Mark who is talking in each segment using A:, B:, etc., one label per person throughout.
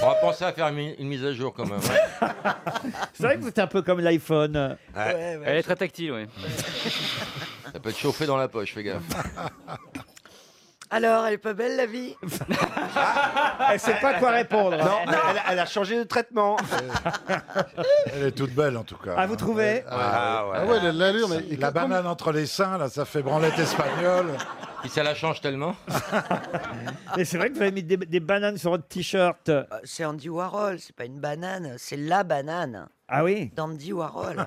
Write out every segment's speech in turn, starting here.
A: va penser à faire une, mi- une mise à jour quand même. hein.
B: C'est vrai que c'est un peu comme l'iPhone.
C: Elle est très tactile, oui.
A: Ça peut te chauffer dans la poche, fais
C: Ah,
A: gaffe.
D: Alors, elle est pas belle la vie
B: Elle sait pas quoi répondre.
E: Non, Elle, elle a changé de traitement.
F: Elle est toute belle en tout cas.
B: Ah, vous trouvez
F: Ah,
E: ouais.
F: ah ouais, elle a de l'allure. Mais la
E: comme-
F: banane entre les seins, là, ça fait branlette espagnole.
A: Et ça la change tellement.
B: Mais c'est vrai que vous avez mis des, des bananes sur votre t-shirt.
D: Euh, C'est Andy Warhol, c'est pas une banane, c'est la banane
B: Ah oui
D: d'Andy Warhol.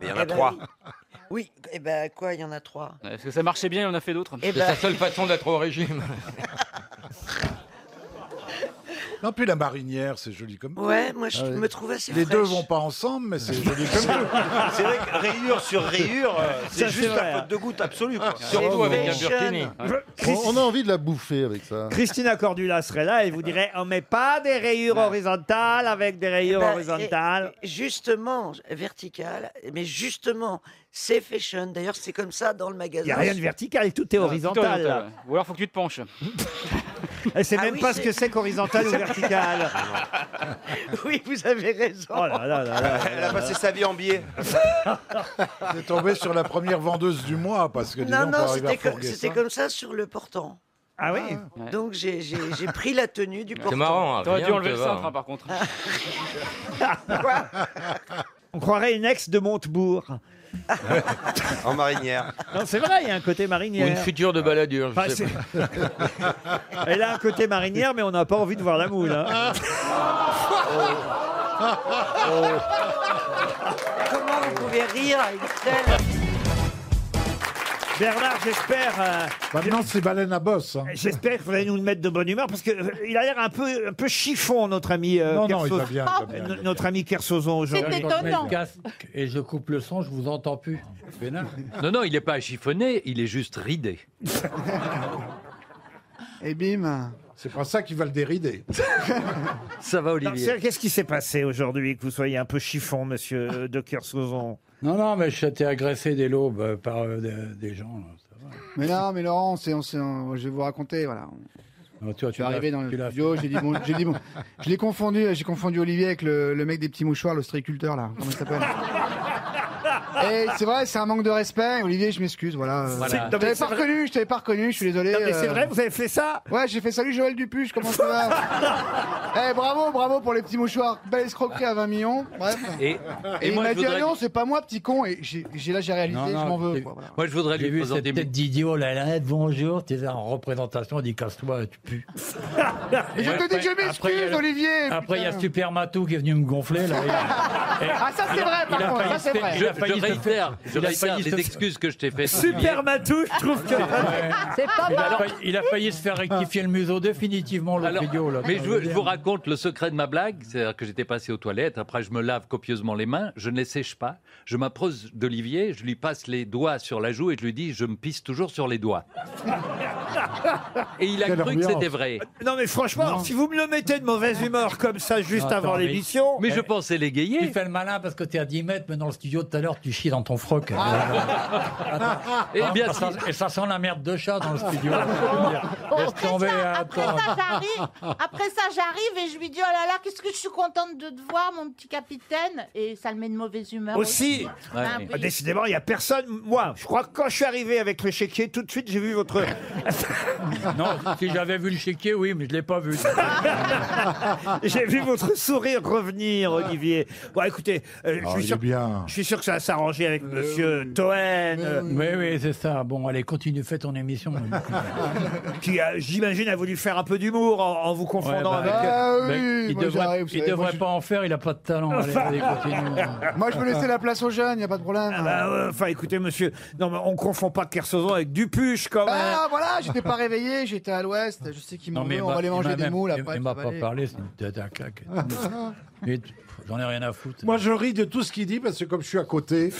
E: Il y en
D: Eh
E: a
D: ben
E: trois.
D: Oui, Oui, eh ben quoi, il y en a trois.
C: Est-ce que ça marchait bien, il en a fait d'autres.
D: Eh
A: C'est
D: ben,
A: sa seule façon d'être au régime.
F: Non, puis la marinière, c'est joli comme tout.
D: ouais, moi je
F: Ah ouais.
D: me trouve assez
F: Les deux
D: fraîche.
F: vont pas ensemble, mais c'est joli comme tout.
E: C'est vrai que rayure sur rayure, euh,
B: Ça,
E: c'est
B: c'est
E: juste
B: vrai,
E: la
B: hein.
E: faute de goutte absolue. quoi.
A: Surtout avec un
D: fashion.
A: burkini.
F: On, on a envie de la bouffer avec ça.
B: Christina Cordula serait là et vous dirait on met pas des rayures horizontales avec des rayures
D: Ben,
B: horizontales.
D: et- et Justement, vertical, mais justement, c'est fashion. D'ailleurs, c'est comme ça dans le magasin.
B: Il n'y a rien de vertical, tout est horizontal. là.
C: Horizontal, ouais. Ou alors faut que tu te penches.
B: Elle sait
D: Ah
B: même
D: oui,
B: pas ce
D: c'est-
B: que c'est qu'horizontal ou vertical.
D: Oui, vous avez raison.
B: Oh là là là là.
E: Elle a passé sa vie en biais.
F: C'est tombé sur la première vendeuse du mois parce que dis
D: non,
F: donc,
D: non,
F: pour arriver à
D: c'était comme,
F: fourguer
D: c'était
F: ça.
D: comme ça sur le portant.
B: Ah oui
C: Ouais.
D: Donc j'ai j'ai- j'ai pris la tenue du portant.
A: C'est marrant. hein,
C: T'aurais
A: rien
C: dû
A: ne
C: enlever
A: te
C: le
A: va,
C: cintre,
A: hein.
C: hein, par contre.
B: On croirait une ex de Montebourg.
E: En marinière.
B: Non, c'est vrai, il y a un côté
A: Ou une
B: marinière.
A: future de baladure, je
B: Enfin,
A: sais pas.
B: c'est- Elle a un côté marinière, mais on n'a pas envie de voir la moule. hein.
E: hein.
D: Comment vous pouvez rire avec telle
B: Bernard, j'espère, euh,
F: Maintenant, c'est baleine à bosse. hein.
B: j'espère que vous allez nous le mettre de bonne humeur, parce que euh, il a l'air un peu, un peu chiffon, notre ami euh,
F: Non, non, il
B: Kersos-
F: va bien. il va bien, il va
B: euh,
F: bien.
B: Notre ami Kersozon aujourd'hui.
G: Je mets le casque et je coupe le son, je vous entends plus. Non, non, il n'est pas chiffonné, il est juste ridé.
H: Et bim
F: C'est pour ça qu'il va le dérider.
G: Ça va,
B: Non, c'est- Qu'est-ce qui s'est passé aujourd'hui que vous soyez un peu chiffon, monsieur euh, de Kersauzon
G: Non, non, mais je t'ai agressé dès l'aube euh, par euh, des, des gens. là, ça va.
H: Mais non, mais Laurent, on s'est- on s'est- on- je vais vous raconter, voilà.
G: Non, toi,
H: Je suis
G: l'as-
H: arrivé dans le
G: tu l'as-
H: studio, j'ai dit bon, j'ai dit bon. Je l'ai confondu, j'ai confondu Olivier avec le, le mec des petits mouchoirs, l'ostréiculteur là. Comment il s'appelle Et c'est vrai, c'est un manque de respect. Olivier, je m'excuse, voilà. euh,
G: Voilà.
H: Je t'avais pas reconnu, je t'avais pas reconnu, je suis désolé.
B: Non, mais c'est
H: euh,
B: vrai, vous avez fait ça
H: Ouais, j'ai fait salut Joël Dupuche, comment ça va Eh bravo, bravo pour les petits mouchoirs, belle escroquerie à 20 millions. Bref.
G: Et,
H: Et,
G: et
H: il m'a
G: moi, je
H: dit ah
G: voudrais...
H: non, c'est pas moi, petit con. Et j'ai j'ai- là, j'ai réalisé,
G: Non, non,
H: je m'en veux.
G: j'ai-
H: quoi, voilà.
G: Moi, je voudrais
I: J'ai
G: lui
I: vu cette
G: présenter
I: tête d'idiot, la lunette, bonjour, t'es en représentation, dit casse-toi, tu pues.
H: Et je te dis que
I: après,
H: je
I: il y a
H: m'excuse,
I: le-
H: Olivier.
I: Après, il y a
H: Ah, putain.
I: Super Matou qui est venu me gonfler, là.
H: Ah, ça c'est vrai, par contre, ça c'est vrai.
G: Il a
I: Je,
G: failli
I: je
G: se faire-
I: réitère, je
G: il a
I: réitère
G: failli se
I: les
G: faire-
I: excuses que je t'ai faites.
B: Super Matou, je trouve que...
G: C'est
H: bah
G: pas il, a failli, il a failli se faire rectifier le museau définitivement, le
I: Alors,
G: idiot, là.
I: mais je, vous- je vous raconte le secret de ma blague, c'est-à-dire que j'étais passé aux toilettes, après je me lave copieusement les mains, je ne les sèche pas, je m'approche d'Olivier, je lui passe les doigts sur la joue et je lui dis je me pisse toujours sur les doigts. Et il a
F: Quelle
I: cru que
F: ambiance.
I: c'était vrai.
B: Non mais franchement, si vous me le mettez de mauvaise humeur comme ça juste
F: Ah,
I: Attends,
B: avant
I: mais-
B: l'émission...
I: Mais je pensais
G: Tu
I: l'égayer.
G: fais le malin parce que t'es à 10 mètres, mais dans le studio tout à l'heure, tu chies dans ton froc.
I: Ah,
G: Ah,
I: Eh bien,
G: Ça-
I: si-
G: et ça sent la merde de chat dans le studio. Laisse
J: Après
G: tomber,
J: ça, après
G: hein, attends.
J: ça, j'arrive. Après ça, j'arrive et je lui dis oh là là, qu'est-ce que je suis contente de te voir, mon petit capitaine. Et ça le met de mauvaise humeur.
B: Aussi,
J: Ah,
I: Ouais.
B: Ah,
J: oui.
B: décidément, il n'y a personne. Moi, je crois que quand je suis arrivé avec le chéquier, tout de suite, j'ai vu votre.
G: Non, si j'avais vu le chéquier, oui, mais je l'ai pas vu.
B: j'ai vu votre sourire revenir, Olivier. Bon, écoutez, euh,
F: Ah,
B: je, suis
F: il est
B: sûr,
F: bien.
B: je suis sûr que ça va s'arranger avec monsieur Toen, euh,
G: Mais oui, c'est ça. Bon, allez, continue, fais ton émission.
H: Ah
B: qui, a- j'imagine, a voulu faire un peu d'humour en, en vous confondant
G: Ouais,
B: avec.
H: Bah
G: Mais
H: oui,
G: il
H: moi,
G: devrait,
H: j'arrive, vous
G: il
H: savez, moi,
G: devrait
H: je-
G: pas en faire, il a pas de talent. Allez, allez, continue.
H: Moi, je veux laisser la place aux jeunes, y a pas de problème.
B: Ah bah, ouais, Enfin, écoutez, monsieur, non, mais on confond pas Kersozon avec Dupuche, quand même.
H: Ah voilà, j'étais pas réveillé, j'étais à l'ouest, je sais qu'ils m'ont
G: il
H: on
G: m'a-
H: va aller
G: il
H: manger
G: m'a
H: des
G: même-
H: moules
G: il-
H: après.
G: Il m'a
H: ça va
G: pas
H: aller.
G: parlé, c'est une tête à claque. Mais t- J'en ai rien à foutre.
F: Moi, je ris de tout ce qu'il dit parce que comme je suis à côté.